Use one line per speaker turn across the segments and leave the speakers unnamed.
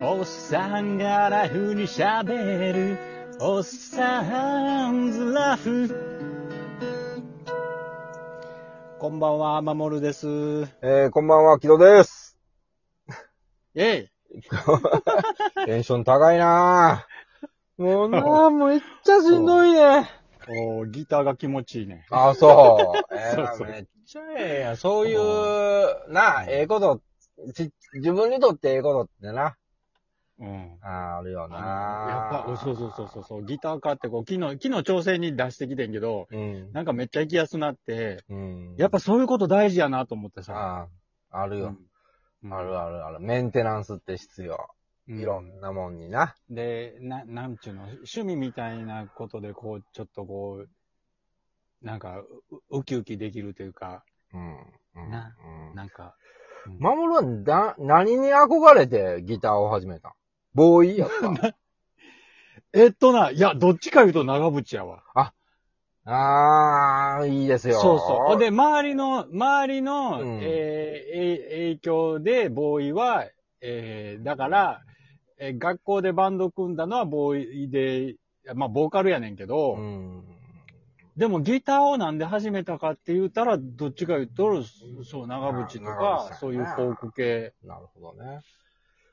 おっさんがラフに喋る。おっさんずラフ。こんばんは、まもるです。イ
えー、こんばんは、木戸です。
ェイ
テンション高いなぁ。もうなぁ、もうめっちゃしんどいね。
おーギターが気持ちいいね。
あ、 そう。えー、
そうそう
めっちゃええやん。そういう、なあ、ええこと、ち、自分にとってええことってな。
うん。
あーあるよ
やっ
な
ぱ、おそうそうそうそうそう、ギター買ってこう、昨日、昨日調整に出してきてんけど、
う。うん。
なんかめっちゃ行きやすなって、
うん。
やっぱ、そういうこと大事やなと思ってさ。
あーある
うん。
よ
うん
あるあるある。メンテナンスって必要。いろんなもんにな。
で、な、なんちゅうの、趣味みたいなことで、こう、ちょっとこう、なんか、うウキウキできるというか、
うん。うん
な。
うん
なんか、うん
守るはだ、何に憧れてギターを始めたボーイや った。
えっとな、いや、どっちか言うと長渕やわ。
あー、いいです
そう
よ。
そう。ほんで、周りの、周りの、
うん
えーえー影響で、ボーイは、えーだから、えー学校でバンド組んだのはボーイで、まあ、ボーカルやねんけど、
うん。
でもギターをなんで始めたかって言ったら、どっちか言うと、そう、長渕と
長渕さん
か
や、
そういうフォーク系
なるほどね。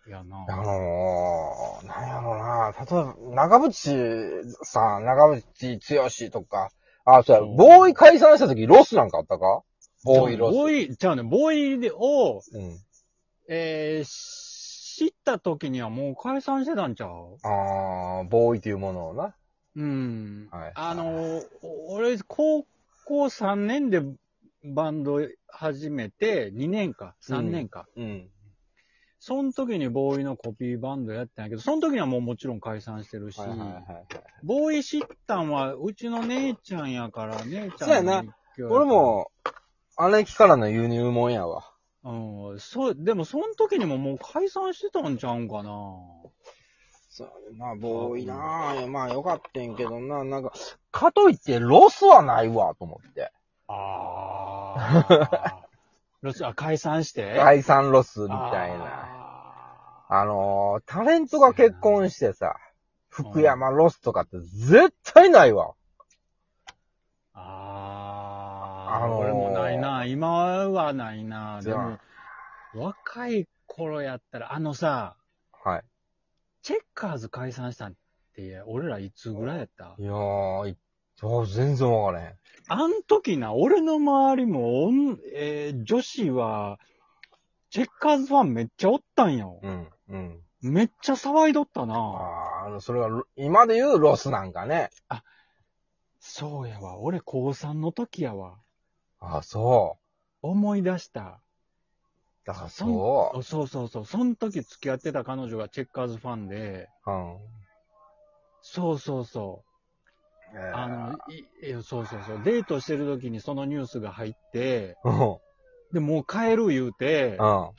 やな
あ。のー、なんやろな。例えば、長渕さん、長渕剛とか、あ、そうや、
うん
ボーイ解散した時ロスなんかあったかボーイロス。
ボーイ、ちゃうね、ボーイでを、
うん。
えー、知った時にはもう解散してたんちゃう
あー、ボーイというものをな。
うん。
はい
あの、お俺、高校3年でバンド始めて、2年か、3年か。
うん。
その時にボーイのコピーバンドやってんやけど、その時にはもうもちろん解散してるし、
はいはいはい。
ボーイ知ったんは、うちの姉ちゃんやから、姉ちゃんの
そうやな
影響やから
俺、も、姉貴からの輸入もんやわ。
うん、そう、でもその時にももう解散してたんちゃうんかな
そうやな、ボーイなぁ、まあよかってんけどな、なんか、かといってロスはないわ、と思って。
ああ。ロス、あ、解散して
解散ロスみたいな。
な。
あのー、タレントが結婚してさ、福山ロスとかって絶対ないわ。
ああ。
あのー
俺もないな。今はないな。でも、若い頃やったら、あのさ、
はい。
チェッカーズ解散したんって、俺らいつぐらいやった
いやー、いあ全然わからへん。
あん時な、俺の周りも、おんえー女子は、チェッカーズファンめっちゃおったんよ。
うん、うん。
めっちゃ騒いどった
あ
な。
ーあの、それがロ、今で言うロスなんかね。
そうやわ。俺高3の時やわ。
あそ
思い出した。
う。だから
ん
そ
おそうそうそう。その時付き合ってた彼女がチェッカーズファンで、
う。うん。
そうそうそ
え
う。
ー
あの、いえそうそうそう。デートしてる時にそのニュースが入って、
うん。
で、もう帰る言うて、
うん。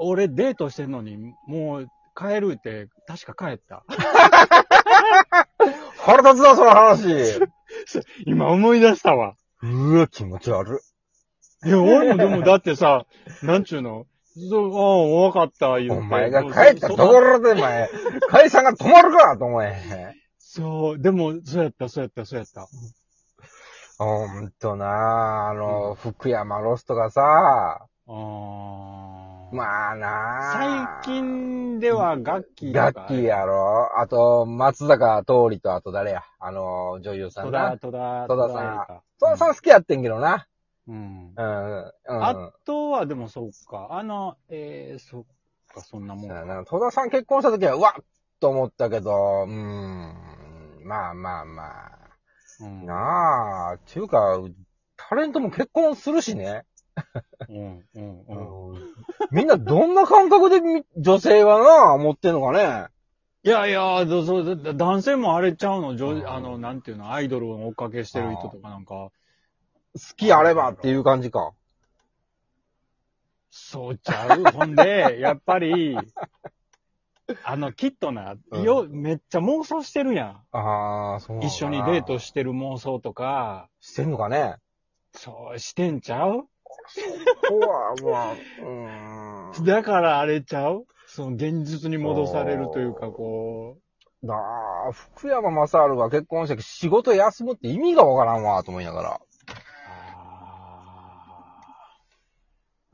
俺デートしてんのに、もう帰るって、確か帰った。
腹立つな、その 話。
今思い出したわ。
うわ、気持ち悪
いや、俺もでもだってさ、なんちゅうのそう、ああ、わかった、
い。
言うて。
お前が帰ったところで、お前、解散が止まるかと思えへん。
そう、でも、そうやった、そうやった、そうやった。
ほんとなあの、福山ロスとかさ、
ああ。
まあなあ
最近では楽器とか
楽器やろあと、松坂通りと、あと誰やあの、女優さん
戸
な
田、。戸田、
戸田さん
さ
戸田さん好きやってんけどな。
ん。うん。
う
あ
ん、うん。
あとは、でもそっか、あの、えー、そっか、そんなもん
そう
か。
やな戸田さん結婚した時は、うわっと思ったけど、うーん、まあまあま
うん
あ。なあ、っていうか、タレントも結婚するしね。
うん、うん、うん。
みんなどんな感覚でみ女性はなあ、思ってんのかね。
いやいや、どそうだ男性もあれちゃうの、女
うん
あの、なんていうの、アイドルを追っかけしてる人とかなんか、
好きあればっていう感じか。
そうちゃう。ほんで、やっぱり、あの、きっとな、
うん
よ、めっちゃ妄想してるや
ああ、そう。
ん。一緒にデートしてる妄想とか、
してんのか ね。
そう、してんちゃう
ここは、まあ、うーん。
だからあれちゃうその現実に戻されるというか、こ
なあ、福山雅治が結婚して仕事休むって意味がわからんわ、と思いながら。
う。あ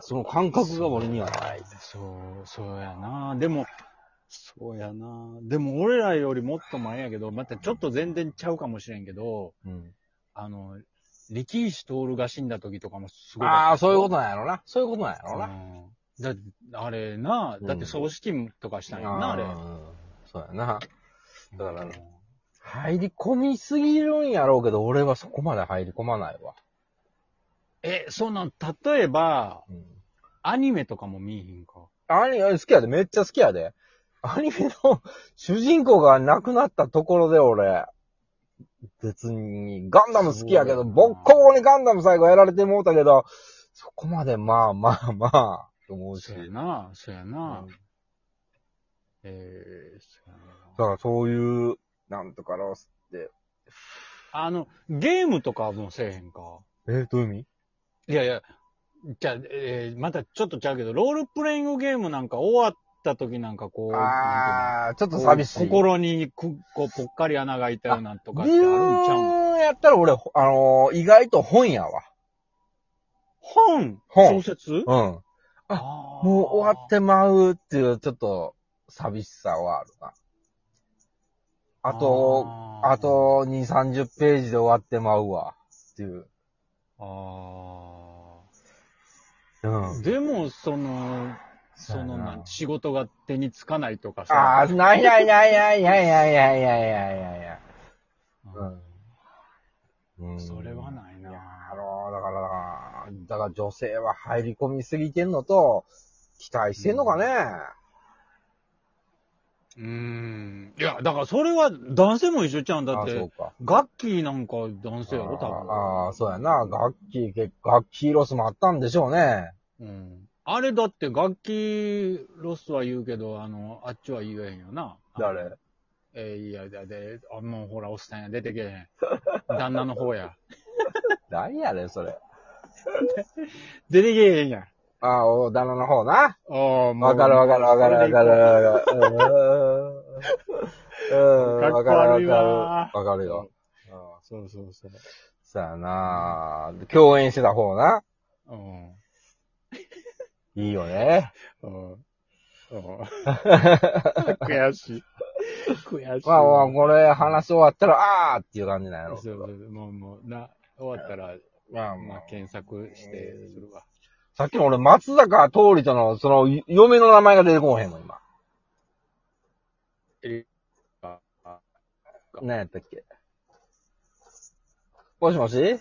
その感覚が俺にはない。
ーそう、そうやな。でも、そうやな。でも俺らよりもっと前やけど、またちょっと全然ちゃうかもしれんけど、
うん、
あの、力石徹が死んだ時とかもすごい。
ああ、そういうことなんやろな。そういうことなんやろな。
うんだって、あれな、だって葬式とかしたんやな、あれ。
うんそうやな。だから
うん
入り込みすぎるんやろうけど、俺はそこまで入り込まないわ。
え、そんなん、例えば、
うん
アニメとかも見えへんか。
アニメ好きやで、めっちゃ好きやで。アニメの主人公が亡くなったところで俺、別に、ガンダム好きやけ
そ
ど、
う
ボッコボコにガンダム最後やられてもうたけど、そこまでまあまあまあ、と思うし。
そう
う
や
ん
な、そうやな。
だ
えーそうやな
からそういう、なんとかロスって。
あの、ゲームとかもせえへんか。
え、どういう意味
いやいや、じゃあ、えーまたちょっとちゃうけど、ロールプレイングゲームなんか終わった時なんかこう、なん
あー、ちょってと
いうの
寂しい。
心にく、こう、ぽっかり穴が開いたようなとかってあ
自
るんちゃうん
分やったら俺、あのー意外と本やわ。
本
本
小説
うん。あ
あー
もう終わってまうっていう、ちょっと、寂しさはあるな。あと、あ、と2、30ページで終わってまうわ。っていう。
あ
う
ー
ん。
でも、その、
そう
そ
やな
のなん、仕事が手につかないとか
あ
さ。
あ、ないないないないないないないないないないない。
うん
うん
それはないな。
あの、だから、だから、だから女性は入り込みすぎてんのと、期待してんのかね。
うーん。いや、だからそれは男性も一緒ちゃうんだっ
あそう
て、
か。
ガッキーなんか男性やろ、
あ
多
あ、そうやな。楽器、結楽器ロスもあったんでしょうね。
分。うん。あれだって楽器ロスは言うけど、あの、あっちは言えへんよな。
誰
えーいや、だで、あ、もうほら、おっさんや、出てけへん。旦那の方 や。
誰やねん、それ。
出てけへんやん。
ああ、お旦那の方
あ
な。
あ、もう
わかるわかるわかるわかる。わかる。うん。うん
かっ
わ
こ
か
悪い
る
わ
わかる。わかるよ。
そうそうそう。
さあなあ、共演してた方な。
うん。うん
いいよね。
うん。 悔しい。悔しい。
まあまあ、これ話終わったら、あーっていう感じなんやろ。
そうそうもう、もう、な、終わったら、
まあ
まあ、検索してするわ。
さっきの俺、松坂桃李との、その、嫁の名前が出てこうへんもん、今。
え
何やったっけ。もしもし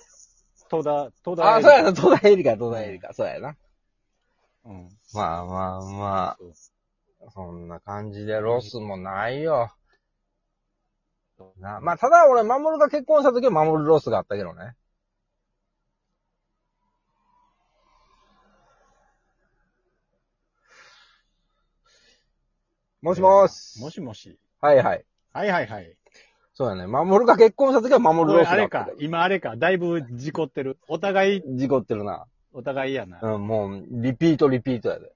戸田、戸田。
あ、そうやな、戸田恵梨香、戸田恵梨香、そうやな。
うん。
まあまあまあ。
そう
そんな感じでロスもないよ。なまあ、ただ俺、守が結婚した時は守るロスがあったけどね。もしもし。
もしもし。
はいはい。
はいはいはい。
そうだね。守が結婚した時は
こ
守る
れ
ロス
あ
だ
れ
った
か
け、ど。
今あれか、だいぶ事故ってる。お互い、
事故ってるな。
お互いやな。
うん、もう、リピートリピートやで。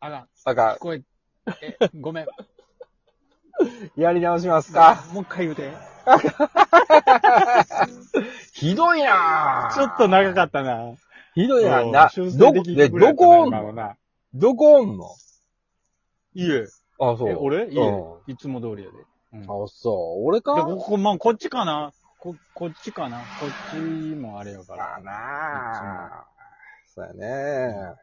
あら、
だか
聞こえ、え、ごめん。
ら、やり直しますか。
もう一回言うて。
ひどいなぁ
ちょっと長かったな。
ひどいな
うん
な、
修正
ど
で
こ、
き
え、
るぐらい
どこおん
やったな今の
の
な
どこおんの
いいえ。
あ、そう。
え、俺いいえ
う。
いつも通りやで。うん
ん。あ、そう。俺か
で、ここ、まあ、こっちかなこ、こっちかなこっちもあれやから。
だなぁ。そうやね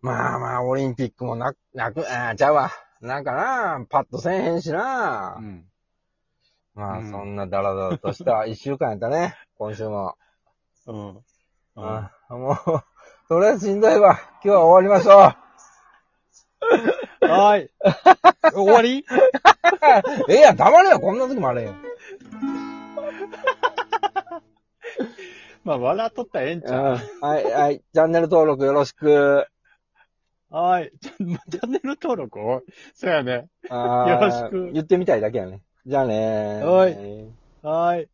まあまあ、オリンピックもな、なく、あーちゃうわ。なんかなパッとせえへんしな、
うん。
ま
う
あ、
ん
そんなダラダラ とした一週間やったね。今週も。
うん。うん。
あもう、 とりあえずしんどいわ。今日は終わりましょ
はーい。 終わり
う。ええやん、黙れよ。こんな時もあれよ。
まあ、笑っとったらええんち
うん。
ゃう。
はい、はい。チャンネル登録よろしく。
はーい。ちょチャンネル登録をそうやね。
よ
よろしく
言ってみたいだけやね。じゃあねー。
はいはーい。